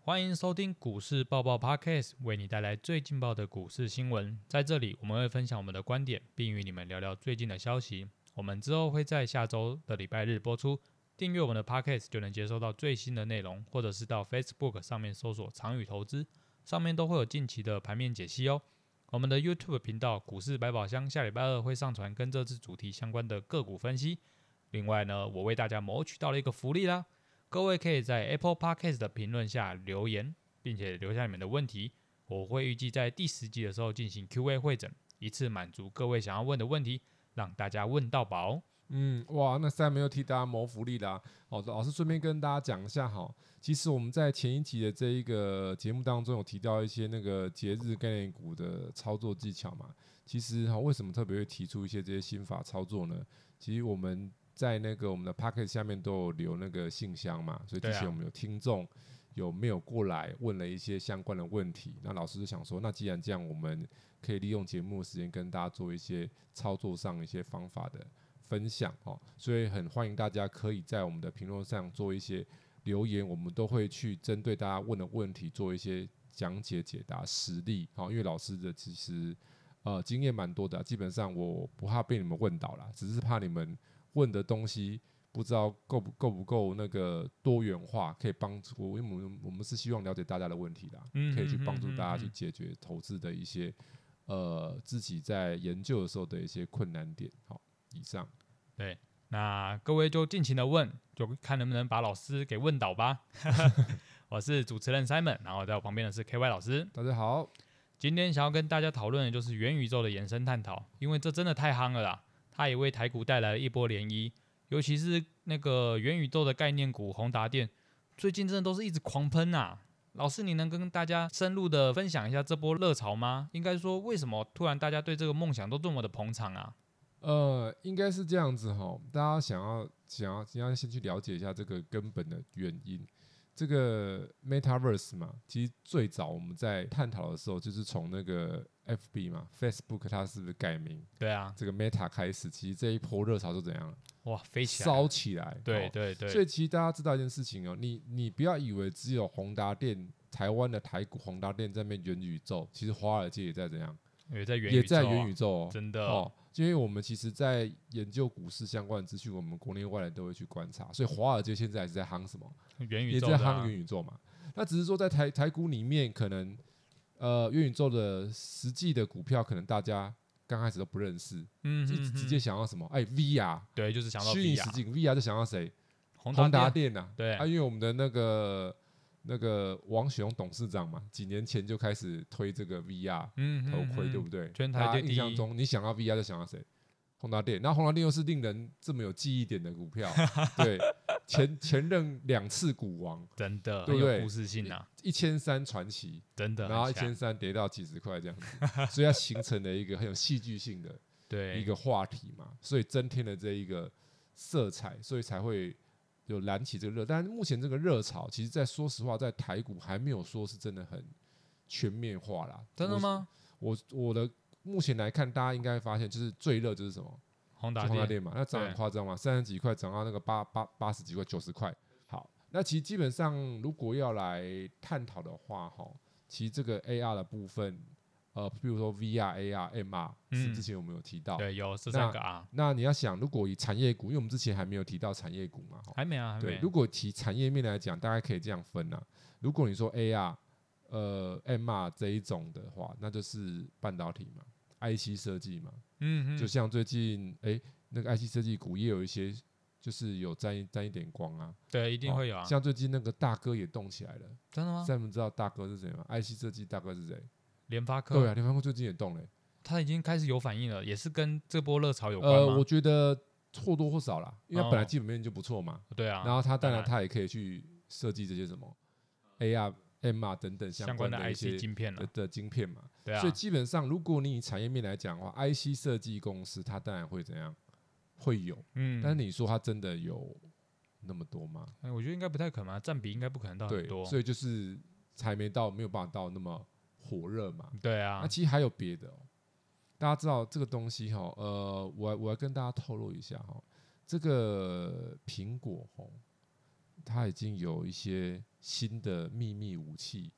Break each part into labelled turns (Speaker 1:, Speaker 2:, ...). Speaker 1: 欢迎收听股市爆爆 Podcast，为你带来最劲爆的股市新闻。在这里，我们会分享我们的观点，并与你们聊聊最近的消息。我们之后会在下周的礼拜日播出。订阅我们的 Podcast 就能接收到最新的内容，或者是到 Facebook 上面搜索“长宇投资”，上面都会有近期的盘面解析哦。我们的 YouTube 频道“股市百宝箱”下礼拜二会上传跟这次主题相关的个股分析。另外呢，我为大家谋取到了一个福利啦。各位可以在 Apple Podcast 的评论下留言，并且留下你们的问题，我会预计在第十集的时候进行 Q&A 会诊，一次满足各位想要问的问题，让大家问到饱哦。
Speaker 2: 嗯，哇，那 Sam 又替大家谋福利啦。哦，老师顺便跟大家讲一下哈，其实我们在前一集的这一个节目当中有提到一些那个节日概念股的操作技巧嘛。其实哈，为什么特别会提出一些这些心法操作呢？其实我们在那个我们的 Pocket 下面都有留那个信箱嘛，所以之
Speaker 1: 对
Speaker 2: 前
Speaker 1: 啊
Speaker 2: 我们有听众。有没有过来问了一些相关的问题？那老师就想说，那既然这样，我们可以利用节目的时间跟大家做一些操作上一些方法的分享哦，所以很欢迎大家可以在我们的评论上做一些留言，我们都会去针对大家问的问题做一些讲解、解答、实例。好、因为老师的其实呃经验蛮多的啊、基本上我不怕被你们问倒啦，只是怕你们问的东西不知道够不够不够那个多元化，可以帮助，因为我们我们是希望了解大家的问题啦，
Speaker 1: 嗯
Speaker 2: 可以去帮助
Speaker 1: 嗯嗯嗯
Speaker 2: 大家
Speaker 1: 嗯
Speaker 2: 去解决投资的一些。呃，自己在研究的时候的一些困难点，好、以上。
Speaker 1: 那各位就尽情的问，就看能不能把老师给问倒吧。 我是主持人 Simon，然后在我旁边的是 KY 老师。
Speaker 2: 大家好，
Speaker 1: 今天想要跟大家讨论的就是元宇宙的延伸探讨，因为这真的太夯了啦！它也为台股带来了一波涟漪，尤其是那个元宇宙的概念股宏达电，最近真的都是一直狂喷啊！老师，你能跟大家深入的分享一下这波热潮吗？应该说，为什么突然大家对这个梦想都这么的捧场啊？
Speaker 2: 呃，应该是这样子哈，大家想要想要想要先去了解一下这个根本的原因。这个 Metaverse 嘛，其实最早我们在探讨的时候，就是从那个 FB 嘛，Facebook 它是不是改名
Speaker 1: 对啊，
Speaker 2: 这个 Meta 开始，其实这一波热潮是怎样
Speaker 1: 哇，飞起来了！
Speaker 2: 烧起来，
Speaker 1: 对
Speaker 2: 哦
Speaker 1: 对对，
Speaker 2: 所以其实大家知道一件事情哦，你你不要以为只有宏达电、台湾的台股宏达电在那边元宇宙，其实华尔街也在怎样，
Speaker 1: 也在元宇宙啊、
Speaker 2: 也在元宇宙哦。
Speaker 1: 真的
Speaker 2: 哦，因为我们其实，在研究股市相关的资讯，我们国内外人都会去观察，所以华尔街现在还是在夯什么？
Speaker 1: 元宇
Speaker 2: 也
Speaker 1: 宙
Speaker 2: 在
Speaker 1: 的
Speaker 2: 夯
Speaker 1: 啊、
Speaker 2: 元宇宙嘛。那只是说，在台台股里面，可能呃元宇宙的实际的股票，可能大家刚开始都不认识，
Speaker 1: 嗯
Speaker 2: 就
Speaker 1: 哼哼
Speaker 2: 直接想到什么？哎，VR，
Speaker 1: 对，就是想到
Speaker 2: 虚拟实
Speaker 1: VR
Speaker 2: 境，VR 就想到谁？
Speaker 1: 宏
Speaker 2: 宏达
Speaker 1: 达
Speaker 2: 电呐、啊，
Speaker 1: 对
Speaker 2: 啊，因为我们的那个那个王雪红董事长嘛，几年前就开始推这个 VR
Speaker 1: 嗯
Speaker 2: 头盔，
Speaker 1: 嗯
Speaker 2: 对
Speaker 1: 嗯
Speaker 2: 不对？
Speaker 1: 全台
Speaker 2: 大家
Speaker 1: 界第
Speaker 2: 印象
Speaker 1: 一
Speaker 2: 中，你想到 VR 就想到谁？宏达电，那宏达电又是令人这么有记忆点的股 票，对，前前任两次股王，
Speaker 1: 真的
Speaker 2: 对
Speaker 1: 很
Speaker 2: 不对
Speaker 1: 有故事性啊，
Speaker 2: 一千三传奇，
Speaker 1: 真的。
Speaker 2: 然后
Speaker 1: 很
Speaker 2: 一
Speaker 1: 强
Speaker 2: 千三跌到几十块这样子，所以它形成了一个很有戏剧性的
Speaker 1: 对
Speaker 2: 一个话题嘛，所以增添了这一个色彩，所以才会有燃起这个热。但是目前这个热潮，其实在说实话，在台股还没有说是真的很全面化啦。
Speaker 1: 真的吗？
Speaker 2: 我？我我的目前来看，大家应该发现，就是最热就是什么？
Speaker 1: 宏
Speaker 2: 就
Speaker 1: 达
Speaker 2: 宏达
Speaker 1: 电
Speaker 2: 电嘛，那涨很
Speaker 1: 对
Speaker 2: 夸张嘛，三十几块涨到那个八八八十几块、九十块。好，那其实基本上如果要来探讨的话，哈，其实这个 AR 的部分，呃，比如说 VR、AR、MR，是
Speaker 1: 嗯
Speaker 2: 之前我们有提到。
Speaker 1: 对，有这三个啊，
Speaker 2: 那你要想，如果以产业股，因为我们之前还没有提到产业股嘛，哈，
Speaker 1: 还没啊，还
Speaker 2: 对，
Speaker 1: 没
Speaker 2: 如。果提产业面来讲，大概可以这样分啊。如果你说 AR、呃 MR 这一种的话，那就是半导体嘛，IC 设计嘛，
Speaker 1: 嗯
Speaker 2: 就
Speaker 1: 嗯，
Speaker 2: 像最近哎、诶那个 IC 设计股也有一些，就是有沾一沾一点光啊，
Speaker 1: 对，一
Speaker 2: 一
Speaker 1: 定会有啊。嗯
Speaker 2: 像最近那个大哥也动起来了，
Speaker 1: 真的吗？
Speaker 2: 在、你们知道大哥是谁吗？IC 设计大哥是谁？
Speaker 1: 联发
Speaker 2: 对
Speaker 1: 科
Speaker 2: 啊，联发科最近也动了、
Speaker 1: 它已经开始有反应了，也是跟这波热潮有关
Speaker 2: 呃，我
Speaker 1: 吗？
Speaker 2: 觉得或多或少啦，因为它本来
Speaker 1: 哦
Speaker 2: 基本面就不错嘛，
Speaker 1: 对啊，
Speaker 2: 然后它当
Speaker 1: 当
Speaker 2: 然
Speaker 1: 然嗯
Speaker 2: 它也可以去设计这些什么 AR、MR 等等
Speaker 1: 相
Speaker 2: 关
Speaker 1: 关的
Speaker 2: 一些
Speaker 1: IC 晶片
Speaker 2: 的
Speaker 1: 了，
Speaker 2: 的晶片嘛。
Speaker 1: 对啊
Speaker 2: 所以，基本上，如果你以产业面来讲的话，IC 设计公司它当然会怎样？会有，
Speaker 1: 嗯，
Speaker 2: 但是你说它真的有那么多吗？
Speaker 1: 哎我觉得应该不太可能啊，占比应该不可能到
Speaker 2: 对
Speaker 1: 很，多。
Speaker 2: 所以就是还没到，没有办法到那么火热嘛。
Speaker 1: 对
Speaker 2: 那、
Speaker 1: 啊，
Speaker 2: 其实还有别的、哦，大家知道这个东西哈、呃，我我要跟大家透露一下哈、这个苹果哦，它已经有一些新的秘密武器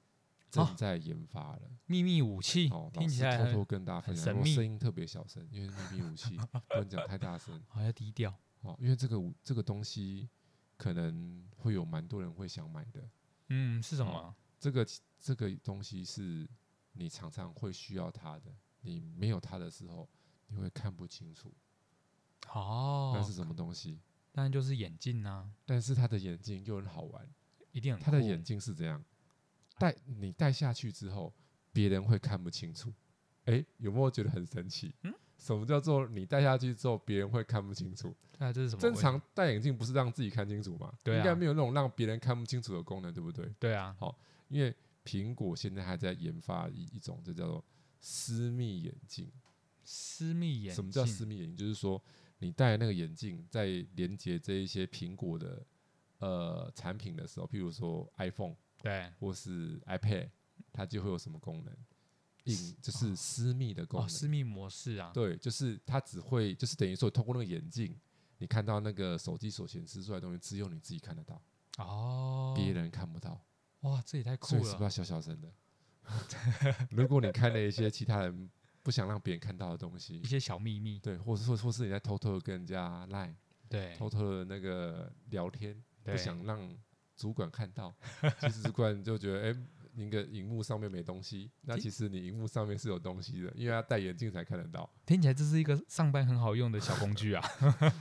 Speaker 2: 正在研发了。
Speaker 1: 秘密武器
Speaker 2: 哦，
Speaker 1: 啊
Speaker 2: 老
Speaker 1: 听起
Speaker 2: 师
Speaker 1: 来
Speaker 2: 偷
Speaker 1: 很
Speaker 2: 偷跟大家分
Speaker 1: 神
Speaker 2: 享，我
Speaker 1: 秘
Speaker 2: 声音特别小声，因为是秘密 武器不能讲太大声
Speaker 1: 好像低调。
Speaker 2: 哦，因为这个武这个东西可能会有蛮多人会想买的。
Speaker 1: 嗯，是什么啊？
Speaker 2: 这个这个东西是你常常会需要它的，你没有它的时候，你会看不清楚那
Speaker 1: 哦
Speaker 2: 是，什么东西。
Speaker 1: 当然就是眼镜啊，
Speaker 2: 但是它的眼镜又很好玩，
Speaker 1: 一定很
Speaker 2: 它的
Speaker 1: 酷
Speaker 2: 眼镜是怎样？戴你戴下去之后，别人会看不清楚。哎、有没有觉得很神奇？
Speaker 1: 嗯
Speaker 2: 什么叫做你戴下去之后别人会看不清楚？
Speaker 1: 那这是什么？
Speaker 2: 正，常戴眼镜不是让自己看清楚吗？
Speaker 1: 对啊
Speaker 2: 应该没有那种让别人看不清楚的功能，对不对？
Speaker 1: 对啊，
Speaker 2: 因为苹果现在还在研发一一种，这叫做私密眼镜。
Speaker 1: 私密眼镜。
Speaker 2: 什么叫私密眼镜？就是说你戴那个眼镜，在连接这一些苹果的呃产品的时候，譬如说 iPhone
Speaker 1: 对，
Speaker 2: 或是 iPad，它就会有什么功能？隐就是私密的功
Speaker 1: 哦，
Speaker 2: 能。
Speaker 1: 私密模式啊，
Speaker 2: 对，就是它只会，就是等于说，通过那个眼镜，你看到那个手机所显示出来的东西，只有你自己看得到，
Speaker 1: 哦，
Speaker 2: 别人看不到。
Speaker 1: 哇，这也太酷
Speaker 2: 所以是不是
Speaker 1: 了，
Speaker 2: 要小小声的？ 如果你看了一些其他人不想让别人看到的东西
Speaker 1: 一，些小秘密，
Speaker 2: 对，或是或或是你在偷偷的跟人家赖，
Speaker 1: 对，
Speaker 2: 偷偷的那个聊天，
Speaker 1: 对
Speaker 2: 哦不想让主管看到，其实主管就觉得，哎、那个荧幕上面没东西，那
Speaker 1: 其
Speaker 2: 其实你荧幕上面是有东西的，因为他戴眼镜才看得到。
Speaker 1: 听起来这是一个上班很好用的小工具 啊。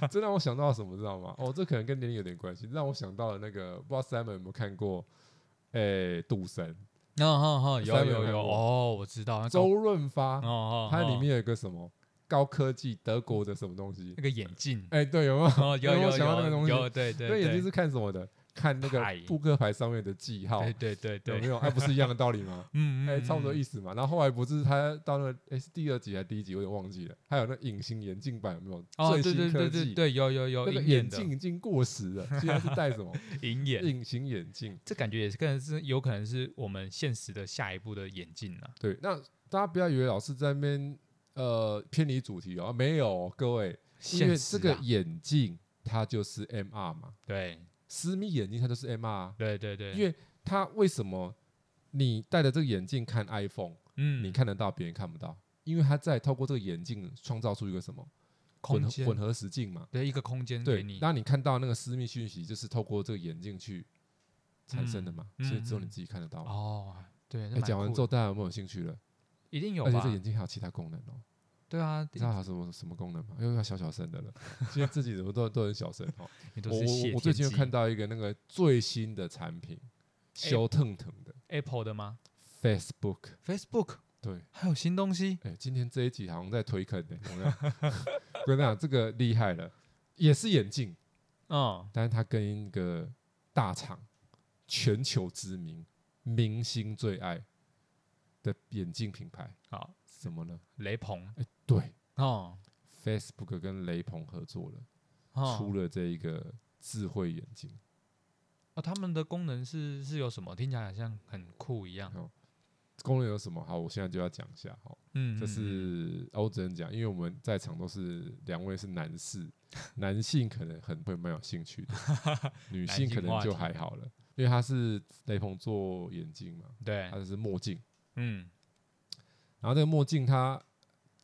Speaker 2: 这让我想到什么，知道吗？哦，这可能跟年龄有点关系，让我想到了那个，不知道 Simon 有没有看过，哎、赌神
Speaker 1: 哦哦哦，有
Speaker 2: 三个
Speaker 1: 有
Speaker 2: 人
Speaker 1: 有，
Speaker 2: 看过
Speaker 1: 哦，我知道，那高
Speaker 2: 周润发
Speaker 1: 哦，哦，
Speaker 2: 它里
Speaker 1: 哦
Speaker 2: 面有一个什么高科技德国的什么东西？
Speaker 1: 那个眼镜，
Speaker 2: 哎、对，有没有？
Speaker 1: 嗯哦，有
Speaker 2: 有没
Speaker 1: 有
Speaker 2: 想到那个
Speaker 1: 有
Speaker 2: 东西
Speaker 1: 有，对对，
Speaker 2: 那眼
Speaker 1: 对
Speaker 2: 睛是看什么的？看那个
Speaker 1: 牌
Speaker 2: 扑克牌上面的记号，
Speaker 1: 对对对
Speaker 2: 有没
Speaker 1: 对，？
Speaker 2: 有？哎、不是一样的道理吗
Speaker 1: 嗯，
Speaker 2: 哎、差不多
Speaker 1: 一
Speaker 2: 意思嘛。然后后来不是他到那个哎、是第二集还是第一集，我有点忘记了。还有那隐形眼镜版有没有？
Speaker 1: 哦，对
Speaker 2: 最
Speaker 1: 对
Speaker 2: 新科
Speaker 1: 对
Speaker 2: 技，
Speaker 1: 对对，有有有，
Speaker 2: 那个
Speaker 1: 银
Speaker 2: 眼
Speaker 1: 眼的
Speaker 2: 镜已经过时了，现在是戴什么
Speaker 1: 银 眼，
Speaker 2: 隐形眼镜？
Speaker 1: 这感觉也是可能是有可能是我们现实的下一步的眼镜啊。
Speaker 2: 对，那大家不要以为老师在那边呃偏离主题哦，没有哦各位，因
Speaker 1: 现
Speaker 2: 为
Speaker 1: 实
Speaker 2: 这个
Speaker 1: 啊
Speaker 2: 眼镜它就是 MR 嘛，
Speaker 1: 对
Speaker 2: 私密眼镜它就是 MR，啊
Speaker 1: 对对对，
Speaker 2: 因为它为什么你戴着这个眼镜看 iPhone，、
Speaker 1: 嗯，
Speaker 2: 你看得到别人看不到？因为它在透过这个眼镜创造出一个什么混
Speaker 1: 空
Speaker 2: 合
Speaker 1: 间
Speaker 2: 混合实境嘛，
Speaker 1: 对一个空间给
Speaker 2: 对
Speaker 1: 你，，
Speaker 2: 那你看到那个私密讯息就是透过这个眼镜去产生的嘛，
Speaker 1: 嗯
Speaker 2: 所以只有你
Speaker 1: 嗯嗯
Speaker 2: 自己看得到嘛。
Speaker 1: 哦，对，那
Speaker 2: 哎
Speaker 1: 蛮
Speaker 2: 讲、完
Speaker 1: 酷
Speaker 2: 之后，
Speaker 1: 的
Speaker 2: 大家有没有兴趣了？
Speaker 1: 一定有
Speaker 2: 而且
Speaker 1: 吧
Speaker 2: 这？眼镜还有其他功能哦。
Speaker 1: 对啊，
Speaker 2: 你知道它有什么什么功能吗？又要小小声的 了。今天自己怎么都都很小声哦。
Speaker 1: 你都
Speaker 2: 我
Speaker 1: 是
Speaker 2: 我
Speaker 1: 谢
Speaker 2: 我最
Speaker 1: 天
Speaker 2: 近又
Speaker 1: 机
Speaker 2: 看到一个那个最新的产品，
Speaker 1: 哎
Speaker 2: 修腾腾的
Speaker 1: Apple 的吗
Speaker 2: Facebook。
Speaker 1: ？Facebook
Speaker 2: 对，
Speaker 1: 还有新东西，
Speaker 2: 哎，今天这一集好像在推坑呢、有没 有我跟你讲，这个厉害了，也是眼镜，
Speaker 1: 嗯，
Speaker 2: 但是它跟一个大厂、全球知名、明星最爱的眼镜品牌，
Speaker 1: 好，
Speaker 2: 什么呢？
Speaker 1: 雷朋，
Speaker 2: 哎对
Speaker 1: 哦
Speaker 2: ，Facebook 跟雷朋合作了，
Speaker 1: 哦
Speaker 2: 出了这一个智慧眼镜。
Speaker 1: 哦，他们的功能是是有什么？听起来好像很酷一
Speaker 2: 嗯
Speaker 1: 样。
Speaker 2: 功能有什么？好，我现在就要讲一下。好，
Speaker 1: 嗯，嗯
Speaker 2: 这
Speaker 1: 嗯
Speaker 2: 是啊我只能讲，因为我们在场都是两位是男士， 男性可能很会蛮有兴趣的， 女
Speaker 1: 男
Speaker 2: 性
Speaker 1: 性
Speaker 2: 可能
Speaker 1: 话
Speaker 2: 就
Speaker 1: 题
Speaker 2: 还好了，因为他是雷朋做眼镜嘛，
Speaker 1: 对，
Speaker 2: 他是墨镜，
Speaker 1: 嗯，
Speaker 2: 然后这个墨镜它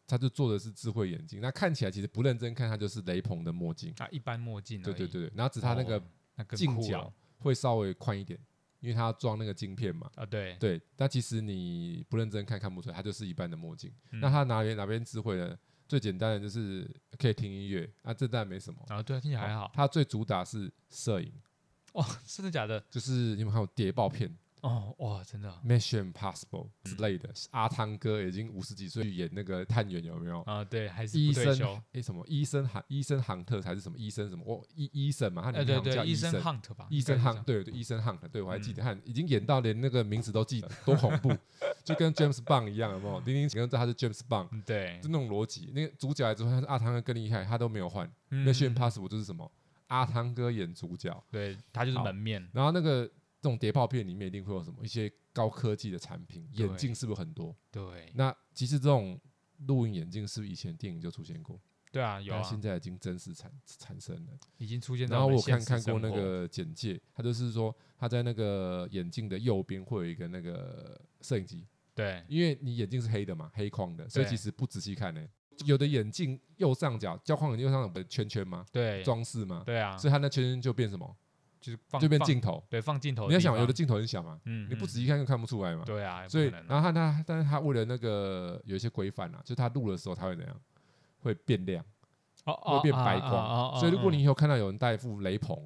Speaker 2: 它就做的是智慧眼镜，那看起来其实不认真看它就是雷朋的墨镜，
Speaker 1: 啊，一般墨镜而已，
Speaker 2: 对对对对，然后只是它那个
Speaker 1: 哦那更
Speaker 2: 镜
Speaker 1: 酷哦
Speaker 2: 角
Speaker 1: 了
Speaker 2: 会稍微宽一点，因为它要装那个镜片嘛，
Speaker 1: 啊，对，
Speaker 2: 对，但其实你不认真看看不出来，它就是一般的墨镜。
Speaker 1: 嗯
Speaker 2: 那它哪边哪边智慧呢？最简单的就是可以听音乐，啊，这当然没什么，
Speaker 1: 啊，对，听起来还好。
Speaker 2: 它最主打是摄影，
Speaker 1: 哇，真的假的？
Speaker 2: 就是你们看过谍报片
Speaker 1: 哦，哇，真的啊
Speaker 2: 《Mission Possible》之
Speaker 1: 嗯
Speaker 2: 类的，阿汤哥已经五十几岁去演那个探员有没有？
Speaker 1: 啊，对，还是
Speaker 2: 医
Speaker 1: 不退
Speaker 2: 生
Speaker 1: 休。
Speaker 2: 诶，什么医生杭医生杭特还是什么医生什么？哦，医医生嘛，他
Speaker 1: 哎，
Speaker 2: 里面
Speaker 1: 对
Speaker 2: 好像叫
Speaker 1: 对，
Speaker 2: 医
Speaker 1: 医生
Speaker 2: 生。
Speaker 1: Hunt 吧，
Speaker 2: 医生
Speaker 1: 应该是
Speaker 2: Hunt，
Speaker 1: 这样
Speaker 2: 对对，医生 Hunt，对我
Speaker 1: 嗯
Speaker 2: 还记得，看已经演到连那个名字都记得，多恐怖， 就跟 James Bond 一样，有没有？零零七跟他是 James Bond，
Speaker 1: 嗯对
Speaker 2: 就，那种逻辑。那个主角来之后，他是阿汤哥更厉害，他都没有换。
Speaker 1: 嗯
Speaker 2: 那 Mission Possible 就是什么？阿汤哥演主角，
Speaker 1: 对，他就是
Speaker 2: 好
Speaker 1: 门面，
Speaker 2: 然后那个这种谍报片里面一定会有什么一些高科技的产品，
Speaker 1: 对
Speaker 2: 眼镜是不是很多？
Speaker 1: 对
Speaker 2: 那其实这种录影眼镜是不是以前电影就出现过？
Speaker 1: 对啊，有
Speaker 2: 它
Speaker 1: 啊，
Speaker 2: 现在已经真实产产生了。
Speaker 1: 已经出现在
Speaker 2: 然后
Speaker 1: 我们
Speaker 2: 我看
Speaker 1: 现实
Speaker 2: 看
Speaker 1: 生
Speaker 2: 过那
Speaker 1: 活
Speaker 2: 个简介，它就是说，它在那个眼镜的右边会有一个那个摄影机，
Speaker 1: 对
Speaker 2: 因为你眼镜是黑的嘛，黑框的，所以
Speaker 1: 对
Speaker 2: 其实不仔细看呢、有的眼镜右上角胶框眼镜右上角不是圈圈吗？
Speaker 1: 对
Speaker 2: 装饰吗？
Speaker 1: 对啊，
Speaker 2: 所以它那圈圈就变什么？
Speaker 1: 就是放
Speaker 2: 就变
Speaker 1: 放
Speaker 2: 镜头。
Speaker 1: 对放镜头，
Speaker 2: 你要想，有的，镜头很小嘛，
Speaker 1: 嗯，
Speaker 2: 你不
Speaker 1: 嗯
Speaker 2: 仔细看就看不出来嘛。
Speaker 1: 对啊，
Speaker 2: 所以，
Speaker 1: 不可能
Speaker 2: 然
Speaker 1: 啊
Speaker 2: 后他他，但是他为了那个有一些规范啊，就是他录的时候他会怎样？会变亮，
Speaker 1: 哦
Speaker 2: 会
Speaker 1: 哦
Speaker 2: 变
Speaker 1: 啊
Speaker 2: 白
Speaker 1: 啊
Speaker 2: 光。
Speaker 1: 啊啊
Speaker 2: 所以如果
Speaker 1: 嗯
Speaker 2: 你以后看到有人戴一副雷朋，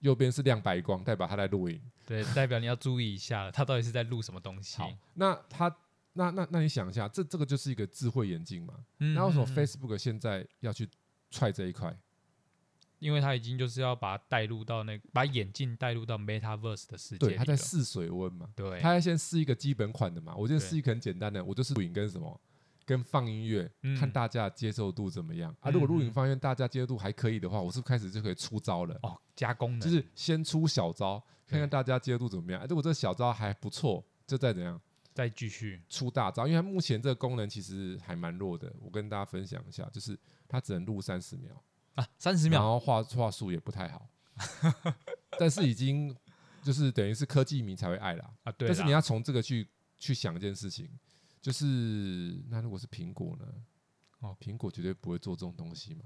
Speaker 2: 右边是亮白光，代表他在录影。
Speaker 1: 对代表你要注意一下了，他到底是在录什么东西？
Speaker 2: 好，那他那那那你想一下，这这个就是一个智慧眼镜嘛？
Speaker 1: 嗯，
Speaker 2: 那为什么
Speaker 1: 嗯嗯
Speaker 2: Facebook 现在要去踹这一块？
Speaker 1: 因为他已经就是要把它带入到那个，把眼镜带入到 Metaverse 的世界里
Speaker 2: 对，
Speaker 1: 了。
Speaker 2: 他在试水温嘛，
Speaker 1: 对
Speaker 2: 他要先试一个基本款的嘛。我觉得
Speaker 1: 对
Speaker 2: 试一个很简单的，我就是录影跟什么。跟放音乐，
Speaker 1: 嗯
Speaker 2: 看大家的接受度怎么样、啊？如果录影放音乐大家接受度还可以的话，我是不是开始就可以出招了？
Speaker 1: 哦加工的，
Speaker 2: 就是先出小招，看看
Speaker 1: 对
Speaker 2: 大家接受度怎么样。啊如果这小招还不错，就再怎样
Speaker 1: 再继续
Speaker 2: 出大招。因为它目前这个功能其实还蛮弱的，我跟大家分享一下，就是它只能录三十秒，
Speaker 1: 啊三十
Speaker 2: 然
Speaker 1: 秒
Speaker 2: 后话话术也不 太好，但是已经就是等于是科技迷才会爱啦。
Speaker 1: 啊，对啦，
Speaker 2: 但是你要从这个去去想一件事情，就是那如果是苹果呢？
Speaker 1: 哦
Speaker 2: 哦，苹果绝对不会做这种东西嘛。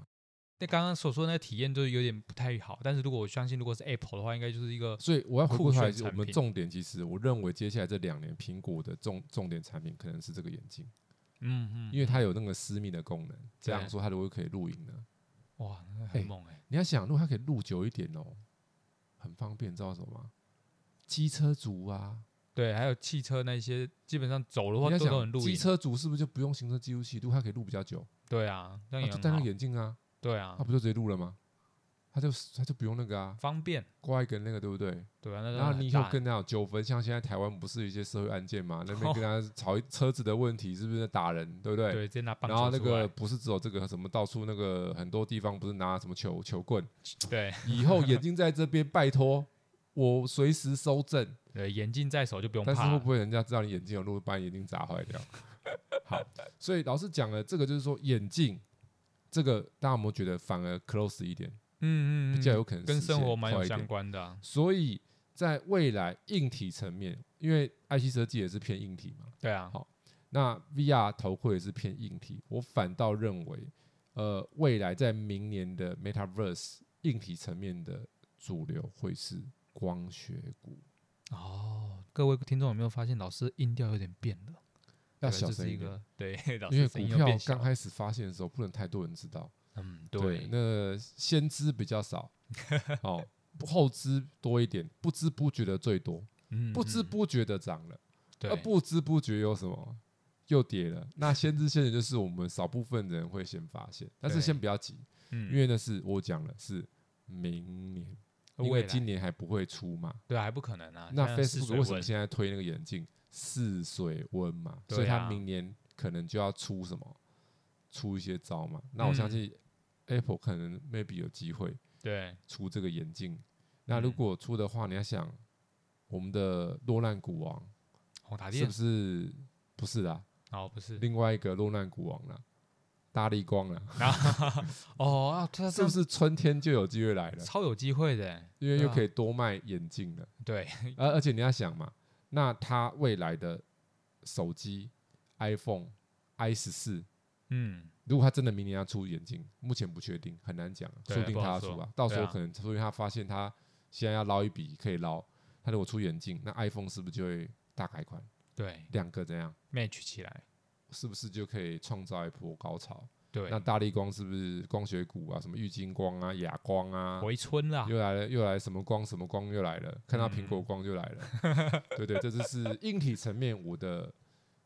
Speaker 1: 那刚刚所说的那个体验就是有点不太好，但是如果我相信，如果是 Apple 的话，应该就是一个
Speaker 2: 所以我要回过头来
Speaker 1: 酷，炫
Speaker 2: 我
Speaker 1: 产
Speaker 2: 们
Speaker 1: 品
Speaker 2: 重点其实我认为接下来这两年苹果的重重点产品可能是这个眼镜，
Speaker 1: 嗯嗯，
Speaker 2: 因为它有那个私密的功能。这
Speaker 1: 对
Speaker 2: 样说，它如果可以录影呢？
Speaker 1: 哇那
Speaker 2: 哎
Speaker 1: 很猛哎、
Speaker 2: 你要想，如果它可以录久一点哦，很方便，你知道什么吗？机车族啊，
Speaker 1: 对，还有汽车那些，基本上走的话
Speaker 2: 你要
Speaker 1: 都都很
Speaker 2: 想
Speaker 1: 录
Speaker 2: 机
Speaker 1: 影，
Speaker 2: 车族是不是就不用行车记录器？如果它可以录比较久，
Speaker 1: 对啊，那
Speaker 2: 那
Speaker 1: 也
Speaker 2: 就
Speaker 1: 很
Speaker 2: 戴那
Speaker 1: 好
Speaker 2: 个，眼镜啊，
Speaker 1: 对啊
Speaker 2: 它，不就直接录了吗？它就它就不用那个啊，
Speaker 1: 方便，
Speaker 2: 挂一根那个，对不对？
Speaker 1: 对啊，那
Speaker 2: 然后你以后
Speaker 1: 跟
Speaker 2: 跟他有纠纷，像现在台湾不是一些社会案件嘛，那边跟他吵一车子的问题，是不是打人，对不对？
Speaker 1: 哦对，直接拿棒
Speaker 2: 然后
Speaker 1: 球
Speaker 2: 那
Speaker 1: 出
Speaker 2: 个
Speaker 1: 来，
Speaker 2: 不是只有这个什么，到处那个很多地方不是拿什么球球棍，
Speaker 1: 对
Speaker 2: 以后眼镜在这边，拜托我随时收证，
Speaker 1: 对，眼镜在手就不用
Speaker 2: 但是
Speaker 1: 怕
Speaker 2: 会
Speaker 1: 了，
Speaker 2: 不会人家知道你眼睛有路，把你眼睛砸坏掉？ 好，所以老师讲了，这个就是说眼镜这个，大家有没有觉得反而 close 一点，
Speaker 1: 嗯嗯，
Speaker 2: 比
Speaker 1: 嗯
Speaker 2: 较有可能
Speaker 1: 跟
Speaker 2: 实
Speaker 1: 生活
Speaker 2: 现
Speaker 1: 蛮
Speaker 2: 快
Speaker 1: 有
Speaker 2: 一点
Speaker 1: 相关的、啊，
Speaker 2: 所以在未来硬体层面，因为 IC 设计也是偏硬体嘛，
Speaker 1: 对啊，
Speaker 2: 好那 VR 头盔也是偏硬体，我反倒认为，呃，未来在明年的 Metaverse 硬体层面的主流会是光学股，
Speaker 1: 哦，各位听众有没有发现老师音调有点变了？
Speaker 2: 要
Speaker 1: 对
Speaker 2: 小
Speaker 1: 这
Speaker 2: 声
Speaker 1: 是
Speaker 2: 一
Speaker 1: 一
Speaker 2: 点，
Speaker 1: 个对， 老
Speaker 2: 因为
Speaker 1: 师
Speaker 2: 股
Speaker 1: 声音又变
Speaker 2: 票
Speaker 1: 小
Speaker 2: 刚开始发现的时候，不能太多人知道，
Speaker 1: 嗯，对，，
Speaker 2: 对那先知比较 少，哦，后知多一点，不知不觉的最多，
Speaker 1: 嗯
Speaker 2: 不知
Speaker 1: 嗯
Speaker 2: 不觉的涨了。
Speaker 1: 对
Speaker 2: 而不知不觉有什么又跌了。那先知先觉就是我们少部分人会先发现，但是
Speaker 1: 对
Speaker 2: 先不要急，
Speaker 1: 嗯
Speaker 2: 因为那是我讲了是明年，因
Speaker 1: 未
Speaker 2: 为
Speaker 1: 来
Speaker 2: 今年还不会出嘛。
Speaker 1: 对啊还不可能啊。
Speaker 2: 那
Speaker 1: 现在试
Speaker 2: Facebook
Speaker 1: 水
Speaker 2: 为什么
Speaker 1: 温
Speaker 2: 现在推那个眼镜试水温嘛？所
Speaker 1: 对
Speaker 2: 以
Speaker 1: 啊
Speaker 2: 它明年可能就要出什么，出一些招嘛。那我相
Speaker 1: 嗯
Speaker 2: 信 Apple 可能 maybe 有机会
Speaker 1: 对
Speaker 2: 出这个眼镜。那如
Speaker 1: 嗯
Speaker 2: 果出的话，你要想我们的落难股王
Speaker 1: 宏达
Speaker 2: 是
Speaker 1: 哦电
Speaker 2: 不是不是啦？
Speaker 1: 哦不是
Speaker 2: 另外一个落难股王啦，大力光啦，
Speaker 1: 哦啊，他
Speaker 2: 是不是春天就有机会来了？
Speaker 1: 超有机会的欸？
Speaker 2: 因为又
Speaker 1: 对啊
Speaker 2: 可以多卖眼镜了，
Speaker 1: 对啊
Speaker 2: 而而且你要想嘛，那它未来的手机 iPhone i 十四，
Speaker 1: 嗯
Speaker 2: 如果它真的明年要出眼镜，目前不确定，很难讲，
Speaker 1: 对
Speaker 2: 说不定
Speaker 1: 不
Speaker 2: 它
Speaker 1: 好
Speaker 2: 要出
Speaker 1: 说
Speaker 2: 啊，到时
Speaker 1: 对
Speaker 2: 候
Speaker 1: 啊
Speaker 2: 可能说不定他发现他现在要捞一笔可以捞，他如果出眼镜，那 iPhone 是不是就会大改款？
Speaker 1: 对
Speaker 2: 两个怎样？
Speaker 1: match 起来
Speaker 2: 是不是就可以创造一波高潮？
Speaker 1: 对
Speaker 2: 那大力光是不是光学股啊？什么玉金光啊、哑光啊，
Speaker 1: 回春啦，
Speaker 2: 又来了，又来什么光什么光又来了，看到苹
Speaker 1: 嗯
Speaker 2: 果光就来了。对对，这就是硬体层面我的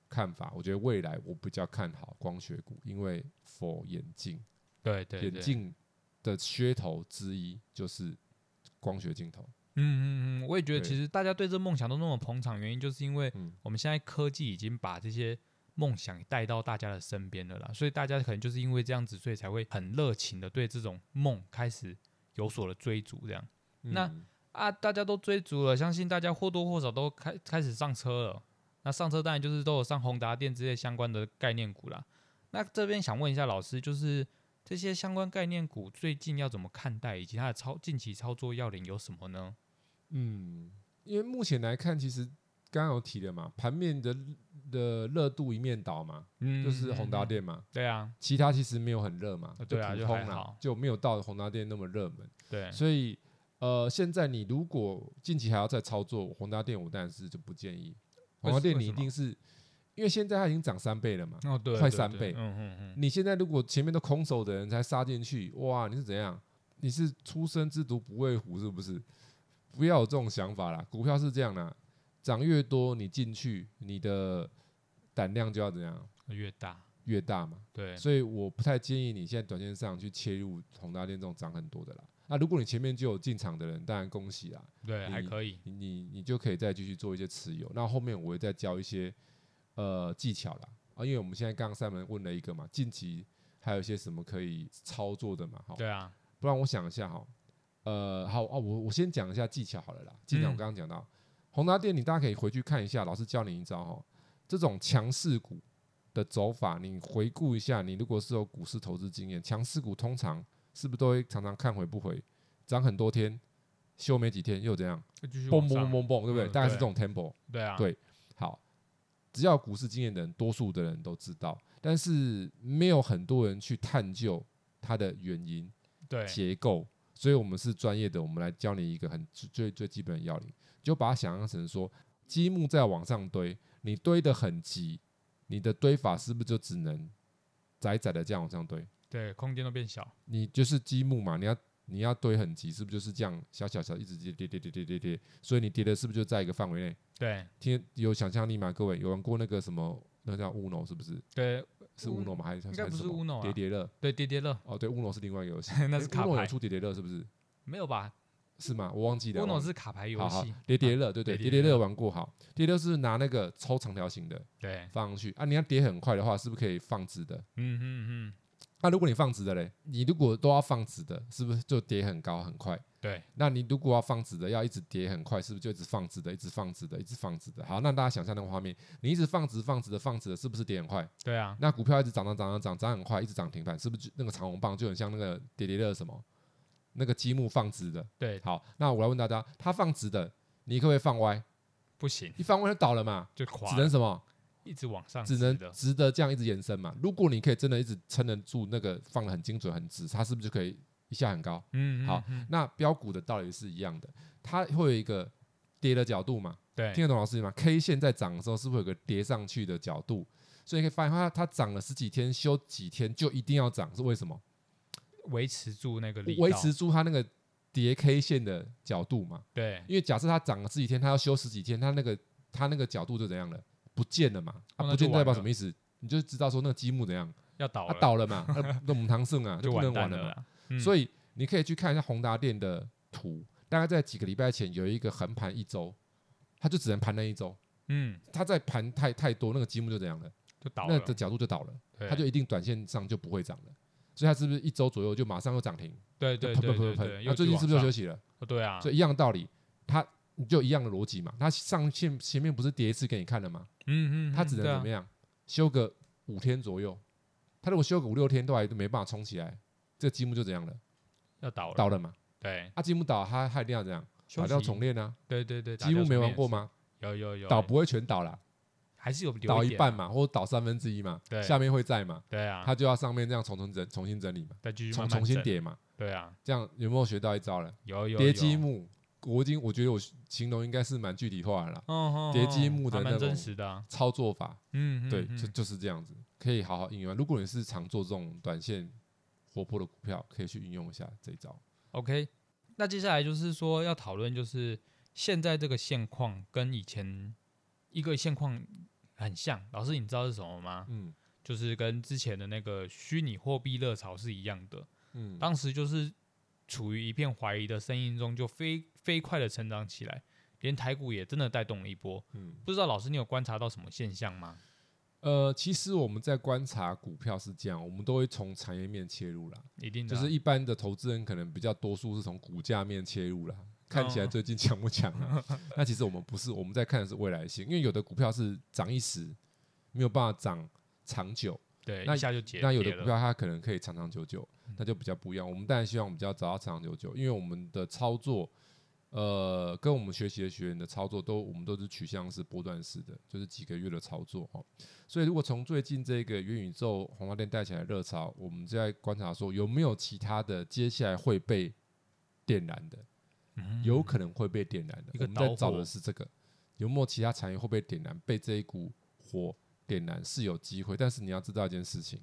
Speaker 2: 看法。我觉得未来我比较看好光学股，因为 for 眼镜，
Speaker 1: 对对
Speaker 2: 眼
Speaker 1: 对，嗯
Speaker 2: 镜的噱头之一就是光学镜头。
Speaker 1: 嗯嗯嗯，我也觉得
Speaker 2: 对
Speaker 1: 其实大家对这梦想都那么捧场，原因就是因为
Speaker 2: 嗯
Speaker 1: 我们现在科技已经把这些梦想带到大家的身边了啦，所以大家可能就是因为这样子，所以才会很热情的对这种梦开始有所的追逐，这样。那
Speaker 2: 嗯
Speaker 1: 啊，大家都追逐了，相信大家或多或少都开开始上车了。那上车当然就是都有上宏达电之类相关的概念股啦。那这边想问一下老师，就是这些相关概念股最近要怎么看待，以及它的操近期操作要领有什么呢？
Speaker 2: 嗯，因为目前来看，其实刚刚有提了嘛，盘面的的热度一面倒嘛，
Speaker 1: 嗯，
Speaker 2: 就是宏达
Speaker 1: 嗯，
Speaker 2: 电嘛，
Speaker 1: 对啊，
Speaker 2: 其他其实没有很热嘛，
Speaker 1: 呃
Speaker 2: 就
Speaker 1: 对啊
Speaker 2: 普
Speaker 1: 就
Speaker 2: 通
Speaker 1: 还
Speaker 2: 啦
Speaker 1: 好，哎
Speaker 2: 就没有到宏达电那么热门。
Speaker 1: 对，
Speaker 2: 所以呃，现在你如果近期还要再操作宏达电，我当然是就不建议。
Speaker 1: 为
Speaker 2: 宏达
Speaker 1: 为
Speaker 2: 电你
Speaker 1: 什
Speaker 2: 一
Speaker 1: 么
Speaker 2: 定是因为现在它已经涨三倍了嘛，
Speaker 1: 哦对，
Speaker 2: 快
Speaker 1: 对
Speaker 2: 三
Speaker 1: 对
Speaker 2: 倍
Speaker 1: 嗯嗯嗯，
Speaker 2: 你现在如果前面都空手的人才杀进去，哇，你是怎样？你是初生之犊不畏虎是不是？不要有这种想法啦，股票是这样啦，涨越多你进去，你的胆量就要怎样
Speaker 1: 越大，
Speaker 2: 越大嘛。
Speaker 1: 对，
Speaker 2: 所以我不太建议你现在短线上去切入宏达电这种涨很多的啦。那如果你前面就有进场的人，当然恭喜啦，
Speaker 1: 对，还
Speaker 2: 你
Speaker 1: 可以，
Speaker 2: 你你你就可以再继续做一些持有。那后面我会再教一些呃技巧啦，啊，因为我们现在刚刚三门问了一个嘛，近期还有一些什么可以操作的嘛，好，
Speaker 1: 对啊，
Speaker 2: 不然我想一下哈，呃，好哦，我我先讲一下技巧好了啦，技巧我
Speaker 1: 嗯
Speaker 2: 刚刚讲到、宏达电，你大家可以回去看一下，老师教你一招哈，这种强势股的走法，你回顾一下，你如果是有股市投资经验，强势股通常是不是都会常常看回不回，涨很多天，休没几天又怎样？
Speaker 1: 就继续
Speaker 2: 嘣
Speaker 1: 往
Speaker 2: 嘣
Speaker 1: 上
Speaker 2: 嘣嘣嘣，对不对？
Speaker 1: 嗯
Speaker 2: 大概是
Speaker 1: 对
Speaker 2: 这种 tempo。
Speaker 1: 对啊，
Speaker 2: 对好，只要有股市经验的人，多数的人都知道，但是没有很多人去探究它的原因、
Speaker 1: 对，
Speaker 2: 结构。所以我们是专业的，我们来教你一个很最最最基本的要领，就把它想象成说，积木在往上堆，你堆得很急，你的堆法是不是就只能窄窄的这样往上堆？
Speaker 1: 对，空间都变小，
Speaker 2: 你就是积木嘛，你要你要堆很急，是不是就是这样小小小一直叠叠叠叠叠叠叠？所以你叠的是不是就在一个范围内？
Speaker 1: 对
Speaker 2: 听有想象力吗？各位有玩过那个什么？那叫乌龙是不是？
Speaker 1: 对
Speaker 2: 是
Speaker 1: 乌
Speaker 2: 乌龙吗？还是
Speaker 1: 应该不是乌龙啊
Speaker 2: 叠叠乐
Speaker 1: 对，叠叠乐
Speaker 2: 哦，对，乌龙是另外一个游戏。
Speaker 1: 那
Speaker 2: 诶
Speaker 1: 是
Speaker 2: 乌
Speaker 1: 卡
Speaker 2: 龙有
Speaker 1: 牌，
Speaker 2: 出叠叠乐是不是？
Speaker 1: 没有吧？
Speaker 2: 是吗？我忘记了。
Speaker 1: 乌
Speaker 2: 忘
Speaker 1: 龙
Speaker 2: 记
Speaker 1: 是卡牌游
Speaker 2: 好好
Speaker 1: 戏，啊
Speaker 2: 叠叠乐，对对，
Speaker 1: 叠
Speaker 2: 叠
Speaker 1: 叠
Speaker 2: 叠乐
Speaker 1: 乐
Speaker 2: 玩过好。叠叠乐是拿那个抽长条形的
Speaker 1: 对，
Speaker 2: 放上去啊，你要叠很快的话，是不是可以放直的？
Speaker 1: 嗯嗯嗯，
Speaker 2: 那、如果你放直的嘞，你如果都要放直的，是不是就叠很高很快？
Speaker 1: 对，
Speaker 2: 那你如果要放直的，要一直叠很快，是不是就一直放直的，一直放直的，一直放直的？好，那大家想象那个画面，你一直放直、放直的、放直的，是不是叠很快？
Speaker 1: 对啊，
Speaker 2: 那股票一直涨涨涨涨涨涨很快，一直涨停板，是不是就那个长红棒就很像那个叠叠乐什么那个积木放直的？
Speaker 1: 对，
Speaker 2: 好，那我来问大家，它放直的，你可不可以放歪？
Speaker 1: 不行
Speaker 2: 一放歪就倒了嘛，
Speaker 1: 就垮
Speaker 2: 只
Speaker 1: 了，
Speaker 2: 能什么？
Speaker 1: 一直往上
Speaker 2: 只
Speaker 1: 直
Speaker 2: 能
Speaker 1: 的，
Speaker 2: 直的这样一直延伸嘛。如果你可以真的一直撑得住那个放的很精准很直，它是不是就可以一下很高？
Speaker 1: 嗯，嗯
Speaker 2: 好
Speaker 1: 嗯
Speaker 2: 那标股的道理是一样的，它会有一个跌的角度嘛，
Speaker 1: 对，
Speaker 2: 听得懂老师吗？K 线在涨的时候，是不是有个叠上去的角度？所以你可以发现它，它涨了十几天，休几天就一定要涨，是为什么？
Speaker 1: 维持住那个力道，
Speaker 2: 维持住它那个叠 K 线的角度嘛。
Speaker 1: 对，
Speaker 2: 因为假设它涨了十几天，它要休十几天，它那个它那个角度就怎样了？不见了嘛？
Speaker 1: 哦
Speaker 2: 啊，不
Speaker 1: 那就
Speaker 2: 见代表
Speaker 1: 完
Speaker 2: 什么意思？你就知道说那个积木怎样，
Speaker 1: 要倒
Speaker 2: 啊
Speaker 1: 了，
Speaker 2: 倒了嘛，啊那我们唐胜啊，
Speaker 1: 就
Speaker 2: 不
Speaker 1: 完
Speaker 2: 能
Speaker 1: 蛋
Speaker 2: 玩了
Speaker 1: 了
Speaker 2: 嘛。
Speaker 1: 啦，嗯
Speaker 2: 所以你可以去看一下宏达电的图，大概在几个礼拜前有一个横盘一周，它就只能盘那一周，
Speaker 1: 嗯，
Speaker 2: 它在盘太太多，那个积木就怎样了，
Speaker 1: 就倒
Speaker 2: 那
Speaker 1: 了，
Speaker 2: 的角度就倒了，
Speaker 1: 对
Speaker 2: 它就一定短线上就不会涨了。所以它是不是一周左右就马上又涨停？
Speaker 1: 对
Speaker 2: 就
Speaker 1: 对
Speaker 2: 喷
Speaker 1: 对
Speaker 2: 喷
Speaker 1: 对
Speaker 2: 喷
Speaker 1: 对，
Speaker 2: 喷。
Speaker 1: 又
Speaker 2: 那最近是不是又
Speaker 1: 往上
Speaker 2: 休息了？
Speaker 1: 哦对啊，
Speaker 2: 所以一样的道理，它你就一样的逻辑嘛。它上线前面不是跌一次给你看了吗？
Speaker 1: 嗯嗯，
Speaker 2: 它只能
Speaker 1: 对啊
Speaker 2: 怎么样，休个五天左右。它如果休个五六天都还没办法冲起来，这个积木就怎样了？
Speaker 1: 要倒了，
Speaker 2: 倒了嘛。
Speaker 1: 对，
Speaker 2: 啊，积木倒，它它一定要怎样？
Speaker 1: 休
Speaker 2: 打掉
Speaker 1: 息
Speaker 2: 重练啊。
Speaker 1: 对对对，打
Speaker 2: 积木
Speaker 1: 掉
Speaker 2: 没
Speaker 1: 重
Speaker 2: 玩
Speaker 1: 练
Speaker 2: 过？吗？
Speaker 1: 有有有，
Speaker 2: 倒不会全倒啦，
Speaker 1: 还是有留
Speaker 2: 倒一
Speaker 1: 点
Speaker 2: 半
Speaker 1: 啊，
Speaker 2: 嘛，或者倒三分之一嘛，
Speaker 1: 对
Speaker 2: 下面会在嘛，
Speaker 1: 对啊，
Speaker 2: 它就要上面这样重重整重新整理嘛，
Speaker 1: 再继续
Speaker 2: 重
Speaker 1: 慢慢
Speaker 2: 重新
Speaker 1: 整，
Speaker 2: 叠嘛，
Speaker 1: 对啊，
Speaker 2: 这样有没有学到一招了？
Speaker 1: 有有
Speaker 2: 叠
Speaker 1: 有
Speaker 2: 积木，我已经我觉得我形容应该是蛮具体化的啦。
Speaker 1: 哦，
Speaker 2: 叠
Speaker 1: 哦
Speaker 2: 积
Speaker 1: 哦
Speaker 2: 木的
Speaker 1: 还
Speaker 2: 那
Speaker 1: 蛮真
Speaker 2: 种
Speaker 1: 实的啊，
Speaker 2: 操作法，
Speaker 1: 嗯，嗯
Speaker 2: 对，
Speaker 1: 嗯
Speaker 2: 就就是这样子，可以好好应用啊。如果你是常做这种短线活泼的股票，可以去运用一下这一招。
Speaker 1: OK，那接下来就是说要讨论，就是现在这个现况跟以前一个现况很像。老师，你知道是什么吗？
Speaker 2: 嗯
Speaker 1: 就是跟之前的那个虚拟货币热潮是一样的。
Speaker 2: 嗯，
Speaker 1: 当时就是处于一片怀疑的声音中，就飞飞快的成长起来，连台股也真的带动了一波。
Speaker 2: 嗯
Speaker 1: 不知道老师你有观察到什么现象吗？
Speaker 2: 呃，其实我们在观察股票是这样，我们都会从产业面切入啦，
Speaker 1: 一定的
Speaker 2: 就
Speaker 1: 啊，
Speaker 2: 是一般的投资人可能比较多数是从股价面切入
Speaker 1: 哦
Speaker 2: 啦。看起来最近强不强 啊？那其实我们不是，我们在看的是未来性，因为有的股票是涨一时，没有办法涨长久，
Speaker 1: 对，
Speaker 2: 那
Speaker 1: 一下就结
Speaker 2: 那有的
Speaker 1: 跌
Speaker 2: 股
Speaker 1: 了
Speaker 2: 票它可能可以长长久久，那就比较不一样。我们当然希望我们要找到长长久久，因为我们的操作，呃，跟我们学习的学员的操作都，我们都是取向是波段式的，就是几个月的操作哦。所以如果从最近这个元宇宙红花店带起来的热潮，我们就在观察说有没有其他的接下来会被点燃的，有可能会被点燃的。
Speaker 1: 嗯一个
Speaker 2: 我们在
Speaker 1: 导
Speaker 2: 找
Speaker 1: 火
Speaker 2: 的是这个，有没有其他产业会被点燃，被这一股火点燃是有机会，但是你要知道一件事情，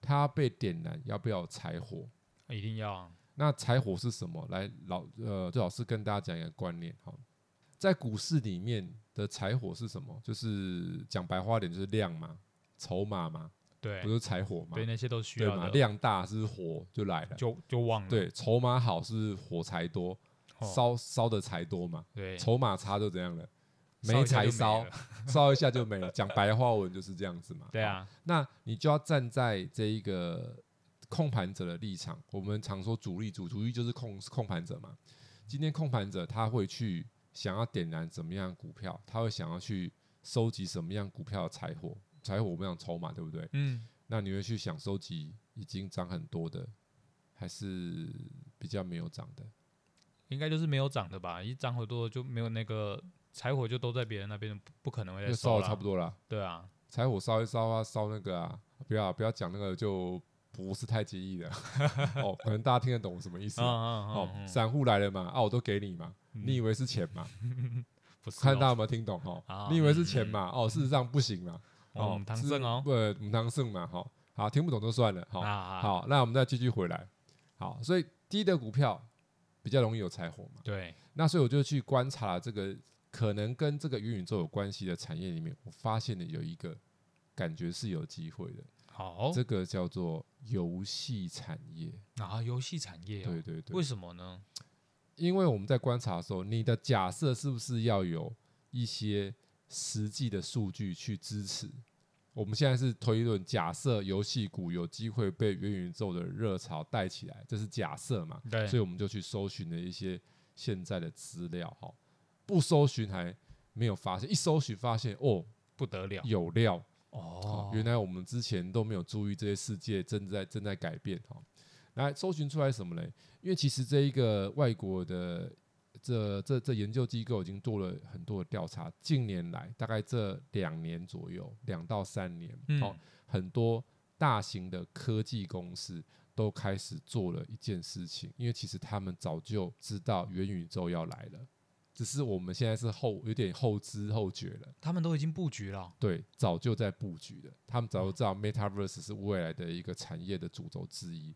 Speaker 2: 它被点燃要不要有柴火？
Speaker 1: 一定要啊，
Speaker 2: 那柴火是什么？来，老呃，最老师跟大家讲一个观念哈，在股市里面的柴火是什么？就是讲白话点，就是量嘛，筹码嘛，
Speaker 1: 对
Speaker 2: 不，是柴火嘛
Speaker 1: 对，，那些都需
Speaker 2: 对
Speaker 1: 要
Speaker 2: 嘛，
Speaker 1: 的，
Speaker 2: 量大是火就来了，
Speaker 1: 就就忘了，
Speaker 2: 对，筹码好是火柴多，
Speaker 1: 哦
Speaker 2: 烧烧的柴多嘛，
Speaker 1: 对，
Speaker 2: 筹码差就怎样了，
Speaker 1: 烧
Speaker 2: 没
Speaker 1: 一下
Speaker 2: 柴
Speaker 1: 就
Speaker 2: 烧
Speaker 1: 了，，
Speaker 2: 烧一下就没了。讲白话文就是这样子嘛，
Speaker 1: 对
Speaker 2: 好
Speaker 1: 啊，
Speaker 2: 那你就要站在这一个控盘者的立场。我们常说主力主，主力就是控控盘者嘛。今天控盘者他会去想要点燃怎么样的股票，他会想要去收集什么样股票的柴火，柴火我们想筹码对不对？
Speaker 1: 嗯，
Speaker 2: 那你会去想收集已经涨很多的，还是比较没有涨的？
Speaker 1: 应该就是没有涨的吧，一涨回多就没有那个柴火就都在别人那边，不不可能会
Speaker 2: 因
Speaker 1: 再
Speaker 2: 为烧
Speaker 1: 收
Speaker 2: 的差不
Speaker 1: 多，
Speaker 2: 多了，
Speaker 1: 对啊，
Speaker 2: 柴火烧一烧啊，烧那个啊，不要不要讲那个就不是太介意的哦，可能大家听得懂我什么意思
Speaker 1: 嗯
Speaker 2: 啊、
Speaker 1: 嗯
Speaker 2: 哦
Speaker 1: 嗯，嗯，
Speaker 2: 散户来了嘛，啊，我都给你嘛，
Speaker 1: 嗯
Speaker 2: 你以为是钱嘛？
Speaker 1: 不是
Speaker 2: 看
Speaker 1: 哦
Speaker 2: 大家有没有听懂
Speaker 1: 啊嗯
Speaker 2: 哦？你以为是钱嘛？哦，事实上不行嘛。
Speaker 1: 哦，我们唐僧哦，
Speaker 2: 是呃，母汤胜嘛，好，好，听不懂就算了，好，
Speaker 1: 啊，
Speaker 2: 好，那我们再继续回来，好，所以低的股票比较容易有柴火嘛，
Speaker 1: 对，
Speaker 2: 那所以我就去观察了这个可能跟这个元宇宙有关系的产业里面，我发现了有一个感觉是有机会的，
Speaker 1: 好
Speaker 2: 这个叫做游戏产业，
Speaker 1: 啊，游戏产业哦，
Speaker 2: 对对对
Speaker 1: 为，什么呢？
Speaker 2: 因为我们在观察的时候，你的假设是不是要有一些实际的数据去支持？我们现在是推论，假设游戏股有机会被元宇宙的热潮带起来，这是假设嘛？
Speaker 1: 对，
Speaker 2: 所以我们就去搜寻了一些现在的资料，哈，不搜寻还没有发现，一搜寻发现哦，
Speaker 1: 不得了
Speaker 2: 有料，
Speaker 1: 哦，
Speaker 2: 原来我们之前都没有注意这些世界正在正在改变哈、哦。来搜寻出来什么嘞？因为其实这一个外国的这这这研究机构已经做了很多的调查，近年来大概这两年左右，两到三年，
Speaker 1: 嗯
Speaker 2: 哦，很多大型的科技公司都开始做了一件事情，因为其实他们早就知道元宇宙要来了，只是我们现在是后有点后知后觉了。
Speaker 1: 他们都已经布局了，
Speaker 2: 对，早就在布局的，他们
Speaker 1: 嗯
Speaker 2: 早就知道 Metaverse 是未来的一个产业的主轴之一，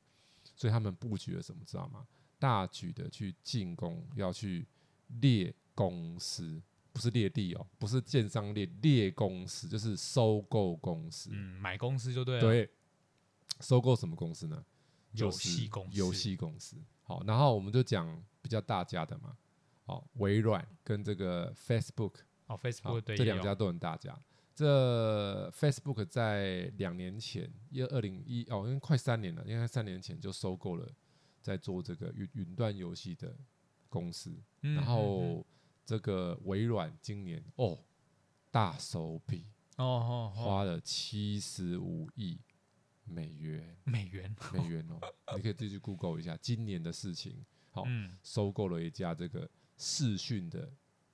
Speaker 2: 所以他们布局了什么，知道吗？大举的去进攻，要去猎公司，不是猎地哦，不是建商猎，猎公司就是收购公司。
Speaker 1: 嗯，买公司就对了，
Speaker 2: 对，收购什么公司呢？就
Speaker 1: 游
Speaker 2: 是
Speaker 1: 戏公司，
Speaker 2: 游戏公司。好，然后我们就讲比较大家的嘛，好，微软跟这个 Facebook
Speaker 1: 哦
Speaker 2: 好
Speaker 1: ，Facebook 对
Speaker 2: 这
Speaker 1: 也
Speaker 2: 两
Speaker 1: 有
Speaker 2: 家都很大家。这 Facebook 在两年前，一二零一哦，因为快三年了，应该三年前就收购了在做这个云云端游戏的公司，
Speaker 1: 嗯
Speaker 2: 然
Speaker 1: 嗯嗯
Speaker 2: 后这个微软今年哦大手笔
Speaker 1: 哦哦哦，
Speaker 2: 花了七十五亿美元，
Speaker 1: 美元，
Speaker 2: 美元哦，你可以自己去 Google 一下今年的事情，好
Speaker 1: 嗯，
Speaker 2: 收购了一家这个视讯的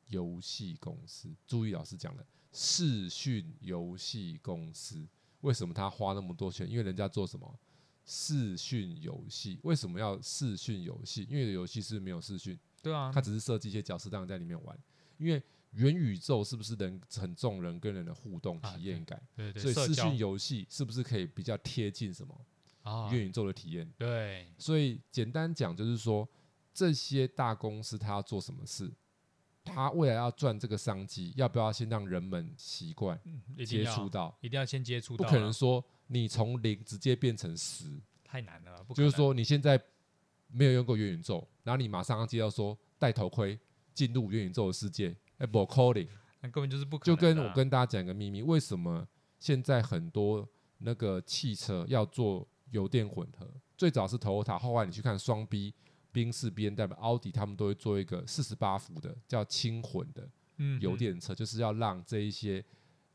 Speaker 2: 游戏公司。注意老师讲的视讯游戏公司，为什么他花那么多钱？因为人家做什么视讯游戏？为什么要视讯游戏？因为游戏是没有视讯，
Speaker 1: 对啊
Speaker 2: 它，只是设计一些角色让你在里面玩。因为元宇宙是不是人很重人跟人的互动
Speaker 1: 啊
Speaker 2: 体验感？
Speaker 1: 对对，
Speaker 2: 所以
Speaker 1: 社
Speaker 2: 视
Speaker 1: 交
Speaker 2: 讯游戏是不是可以比较贴近什么
Speaker 1: 啊，
Speaker 2: 元宇宙的体验？
Speaker 1: 对，
Speaker 2: 所以简单讲就是说，这些大公司它要做什么事，它未来要赚这个商机，要不要先让人们习惯
Speaker 1: 一定
Speaker 2: 接
Speaker 1: 要
Speaker 2: 触到？
Speaker 1: 一定要先接触
Speaker 2: 不
Speaker 1: 到啊，
Speaker 2: 可能说你从零直接变成十，
Speaker 1: 太难了，不可能
Speaker 2: 就是说你现在没有用过元宇宙，然后你马上要接到说戴头盔进入元宇宙的世界，哎，不 calling，
Speaker 1: 那根本就是不可
Speaker 2: 就
Speaker 1: 能
Speaker 2: 跟
Speaker 1: 的
Speaker 2: 我
Speaker 1: 啊
Speaker 2: 跟大家讲一个秘密，为什么现在很多那个汽车要做油电混合？最早是 Toyota，后来你去看双 B、宾士、B N W、奥迪，他们都会做一个四十八伏的叫轻混的
Speaker 1: 嗯嗯
Speaker 2: 油电车，就是要让这一些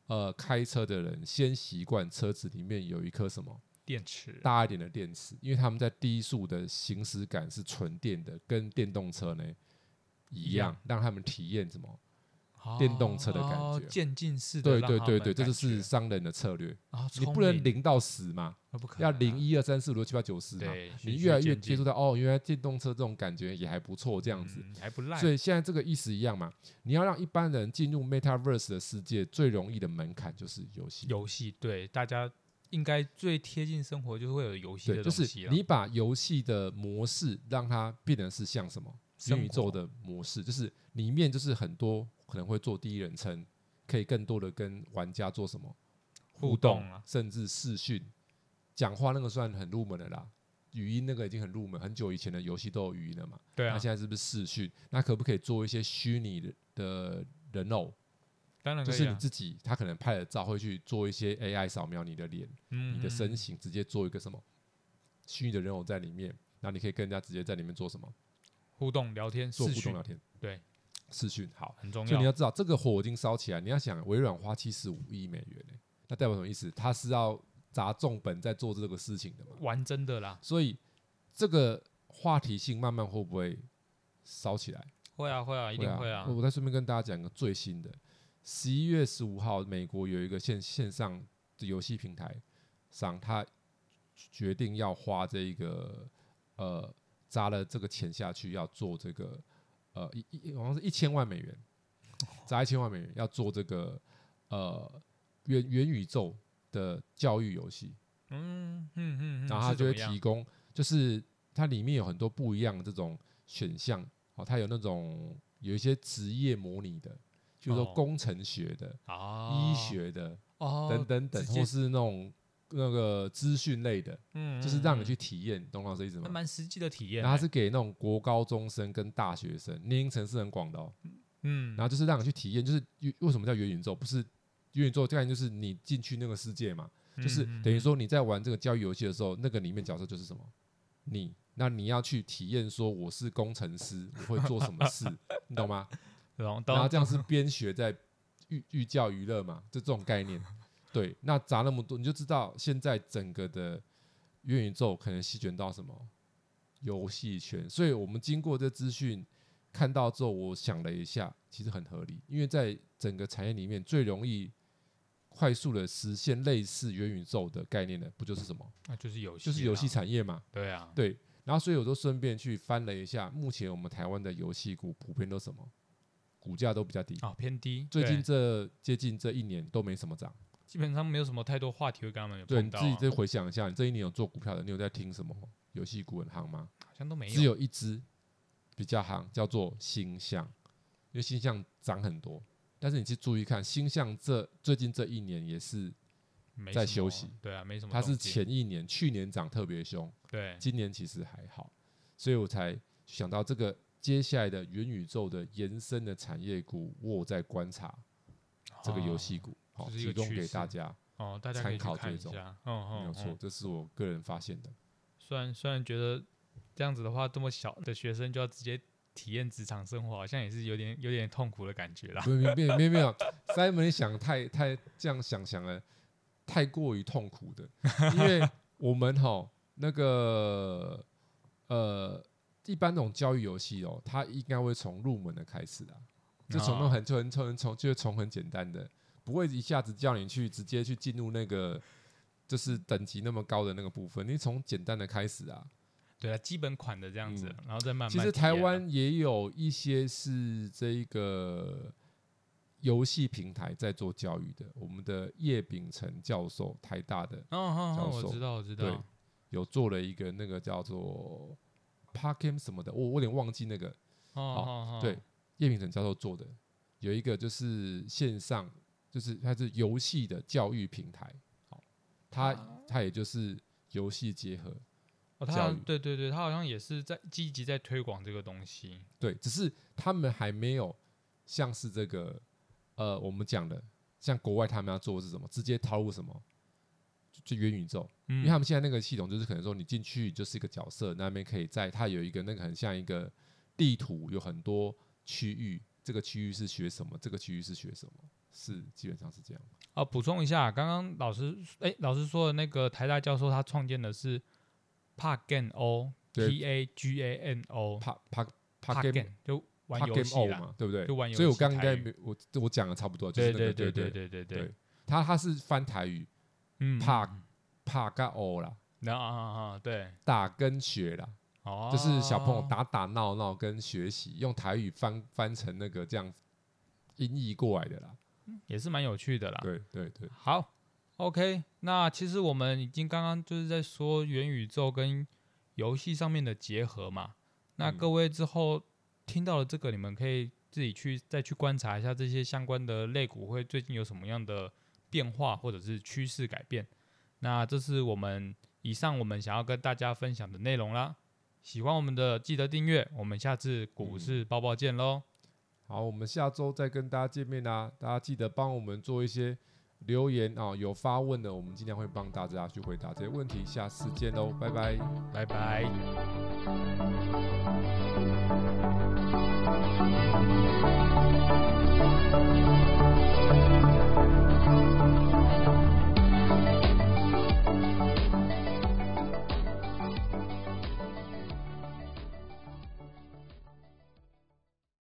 Speaker 2: 呃开车的人先习惯车子里面有一颗什么
Speaker 1: 电池，
Speaker 2: 大一点的电池，因为他们在低速的行驶感是纯电的，跟电动车呢
Speaker 1: 一
Speaker 2: 一
Speaker 1: 样
Speaker 2: 样，让他们体验什么？
Speaker 1: 哦
Speaker 2: 电动车的感觉
Speaker 1: 哦渐进式的
Speaker 2: 对
Speaker 1: 让
Speaker 2: 对
Speaker 1: 他
Speaker 2: 对
Speaker 1: 们
Speaker 2: 对，这
Speaker 1: 感
Speaker 2: 就是
Speaker 1: 觉
Speaker 2: 商人的策略，
Speaker 1: 啊，
Speaker 2: 你
Speaker 1: 聪
Speaker 2: 不能
Speaker 1: 明
Speaker 2: 零到十嘛，
Speaker 1: 啊不可
Speaker 2: 要
Speaker 1: 能啊
Speaker 2: 零一二三四五六七八九十嘛。
Speaker 1: 对，循
Speaker 2: 你越来
Speaker 1: 序
Speaker 2: 越
Speaker 1: 渐
Speaker 2: 接
Speaker 1: 进
Speaker 2: 触到哦，原来电动车这种感觉也还不错，这样子。
Speaker 1: 嗯还不赖，
Speaker 2: 所以现在这个意思一样嘛，你要让一般人进入 Metaverse 的世界，最容易的门槛就是游戏。
Speaker 1: 游戏对大家应该最贴近生活，就是会有游戏
Speaker 2: 对，
Speaker 1: 的
Speaker 2: 就
Speaker 1: 东
Speaker 2: 是
Speaker 1: 西了。
Speaker 2: 你把游戏的模式让它变成是像什么
Speaker 1: 生
Speaker 2: 元宇宙
Speaker 1: 活
Speaker 2: 的模式，就是里面就是很多可能会做第一人称，可以更多的跟玩家做什么
Speaker 1: 互动啊
Speaker 2: 甚至视讯讲话，那个算很入门的啦。语音那个已经很入门，很久以前的游戏都有语音了嘛。
Speaker 1: 对啊
Speaker 2: 那，现在是不是视讯？那可不可以做一些虚拟的的人偶？
Speaker 1: 当然
Speaker 2: 就
Speaker 1: 可
Speaker 2: 是
Speaker 1: 以
Speaker 2: 你
Speaker 1: 啊，
Speaker 2: 自己，他可能拍了照，会去做一些 AI 扫描你的脸、
Speaker 1: 你
Speaker 2: 你的身
Speaker 1: 嗯
Speaker 2: 形，直接做一个什么虚拟的人偶在里面，然后你可以跟人家直接在里面做什么，
Speaker 1: 互动聊天、
Speaker 2: 做
Speaker 1: 视
Speaker 2: 互
Speaker 1: 讯
Speaker 2: 动聊天，
Speaker 1: 对，
Speaker 2: 视讯好。
Speaker 1: 很重
Speaker 2: 所以你
Speaker 1: 要。
Speaker 2: 要知道，这个火已经烧起来，你要想微软花七十五亿美元、欸，那代表什么意思？他是要砸重本在做这个事情的嘛？
Speaker 1: 玩真的啦，
Speaker 2: 所以这个话题性慢慢会不会烧起来？
Speaker 1: 会啊会啊，一定会啊
Speaker 2: 我。我再顺便跟大家讲一个最新的，十一月十五号，美国有一个线线上的游戏平台上，他决定要花这一个呃砸了这个钱下去，要做这个呃一一好像是一千万美元，砸一千万美元要做这个呃元元宇宙的教育游戏。
Speaker 1: 嗯嗯嗯，嗯
Speaker 2: 然后它
Speaker 1: 是怎
Speaker 2: 就会
Speaker 1: 么样
Speaker 2: 提供，就是它里面有很多不一样的这种选项，哦，它有那种有一些职业模拟的，就是说
Speaker 1: 哦
Speaker 2: 工程学的、
Speaker 1: 啊
Speaker 2: 医学的
Speaker 1: 哦
Speaker 2: 等等等，
Speaker 1: 直接
Speaker 2: 或是那种那个资讯类的，
Speaker 1: 嗯，
Speaker 2: 就是让
Speaker 1: 嗯
Speaker 2: 你去体验，懂老师意思
Speaker 1: 嗯还
Speaker 2: 吗？
Speaker 1: 蛮实际的体验
Speaker 2: 然后它
Speaker 1: 欸。
Speaker 2: 是给那种国高中生跟大学生，年龄层是很广的哦。
Speaker 1: 嗯，
Speaker 2: 然后就是让你去体验，就是元为什么叫元宇宙？不是元宇宙概念，就是你进去那个世界嘛，就是
Speaker 1: 嗯嗯
Speaker 2: 等于说你在玩这个交易游戏的时候，那个里面角色就是什么你。那你要去体验，说我是工程师，我会做什么 事，你懂吗？
Speaker 1: 然后
Speaker 2: 然后
Speaker 1: 当
Speaker 2: 这样是边学在寓寓教于乐嘛，就这种 概念。对，那砸那么多，你就知道现在整个的元宇宙可能席卷到什么游戏圈。所以我们经过这资讯看到之后，我想了一下，其实很合理，因为在整个产业里面最容易快速的实现类似元宇宙的概念的，不就是什么？
Speaker 1: 那啊就是游戏，
Speaker 2: 就是游戏，产业嘛。
Speaker 1: 对啊，
Speaker 2: 对，然后所以我就顺便去翻了一下，目前我们台湾的游戏股普遍都什么，股价都比较低。
Speaker 1: 啊偏低，
Speaker 2: 最近
Speaker 1: 对
Speaker 2: 这接近这一年都没什么涨。
Speaker 1: 基本上没有什么太多话题会跟他们有
Speaker 2: 对，
Speaker 1: 碰
Speaker 2: 你
Speaker 1: 到
Speaker 2: 自
Speaker 1: 啊，
Speaker 2: 己再回想一下，你这一年有做股票的，你有在听什么游戏股很行吗？
Speaker 1: 好像都没
Speaker 2: 只有一只比较行，叫做星象，因为星象涨很多。但是你去注意看，星象这最近这一年也是，
Speaker 1: 没
Speaker 2: 在
Speaker 1: 什么
Speaker 2: 休息，
Speaker 1: 对啊，没什么嗯
Speaker 2: 它
Speaker 1: 动静。
Speaker 2: 是前一年、去年涨特别凶，
Speaker 1: 对
Speaker 2: 今年其实还好，所以我才想到这个接下来的元宇宙的延伸的产业股，我有在观察这个游戏股，好、
Speaker 1: 啊这是一
Speaker 2: 提
Speaker 1: 个
Speaker 2: 供
Speaker 1: 趋
Speaker 2: 给
Speaker 1: 势
Speaker 2: 大家，
Speaker 1: 哦，大家可以去
Speaker 2: 参考
Speaker 1: 看一
Speaker 2: 追踪
Speaker 1: 下，嗯嗯，
Speaker 2: 没有错
Speaker 1: 嗯。，
Speaker 2: 这是我个人发现的。
Speaker 1: 虽然虽然觉得这样子的话，这么小的学生就要直接体验职场生活，好像也是有点有点痛苦的感觉啦。
Speaker 2: 没有没有没有没有，Simon 想太太这样想想了，太过于痛苦的，因为我们哈那个呃，一般那种教育游戏哦，它应该会从入门的开始的，就从那种
Speaker 1: 哦
Speaker 2: 很就很从从就是从很简单的，不会一下子叫你去直接去进入那个就是等级那么高的那个部分，你从简单的开始啊。
Speaker 1: 对啊，基本款的这样子，然后再慢慢体
Speaker 2: 嗯其
Speaker 1: 验啊。
Speaker 2: 实台湾也有一些是这个游戏平台在做教育的，我们的叶秉成教授，台大的
Speaker 1: 哦，哦哦，
Speaker 2: 教授
Speaker 1: 我知道，我知
Speaker 2: 对
Speaker 1: 道，，
Speaker 2: 有做了一个那个叫做 Parkim 什么的，我我有点忘记那个，
Speaker 1: 哦哦，哦
Speaker 2: 对，叶秉成教授做的，有一个就是线上，就是它是游戏的教育平台，好，它它也就是游戏结合，
Speaker 1: 哦，他
Speaker 2: 教
Speaker 1: 好像
Speaker 2: 育
Speaker 1: 对对对，他好像也是在积极在推广这个东西。
Speaker 2: 对，只是他们还没有像是这个呃，我们讲的像国外他们要做的是什么，直接套入什么，就就元宇宙，
Speaker 1: 嗯
Speaker 2: 因为他们现在那个系统就是可能说你进去就是一个角色，那边可以在它有一个那个很像一个地图，有很多区域，这个区域是学什么，这个区域是学什么，是基本上是这样。
Speaker 1: 啊，补充一下，刚刚老师哎、老师说的那个台大教授，他创建的是 Pagano
Speaker 2: 对
Speaker 1: P A G A N O
Speaker 2: 帕帕帕 game
Speaker 1: Pagano 就哦玩
Speaker 2: Park
Speaker 1: 游
Speaker 2: game
Speaker 1: 戏
Speaker 2: O
Speaker 1: 啦。
Speaker 2: 嘛，对不对？
Speaker 1: 就玩游戏
Speaker 2: 所以我刚刚应
Speaker 1: 台
Speaker 2: 该
Speaker 1: 语
Speaker 2: 没我我讲的差不多，就是
Speaker 1: 对
Speaker 2: 那个
Speaker 1: 对
Speaker 2: 对
Speaker 1: 对对对
Speaker 2: 对
Speaker 1: 对，
Speaker 2: 他他是翻台语
Speaker 1: 嗯，
Speaker 2: Park
Speaker 1: 嗯
Speaker 2: 帕嘎欧啦，
Speaker 1: 然后啊啊啊，对，
Speaker 2: 打跟学啦，
Speaker 1: 哦，
Speaker 2: 就是小朋友打打闹闹跟学习，用台语翻翻成那个这样音译过来的啦。
Speaker 1: 也是蛮有趣的啦。
Speaker 2: 对对对，
Speaker 1: 好，OK，那其实我们已经刚刚就是在说元宇宙跟游戏上面的结合嘛。那
Speaker 2: 嗯
Speaker 1: 各位之后听到了这个，你们可以自己去再去观察一下这些相关的类股会最近有什么样的变化或者是趋势改变。那这是我们以上我们想要跟大家分享的内容啦。喜欢我们的记得订阅，我们下次股
Speaker 2: 嗯
Speaker 1: 市报报见喽。
Speaker 2: 好，我们下周再跟大家见面啦，大家记得帮我们做一些留言啊、有发问的我们尽量会帮大家去回答这些问题。下次见喽，拜拜。
Speaker 1: 拜拜。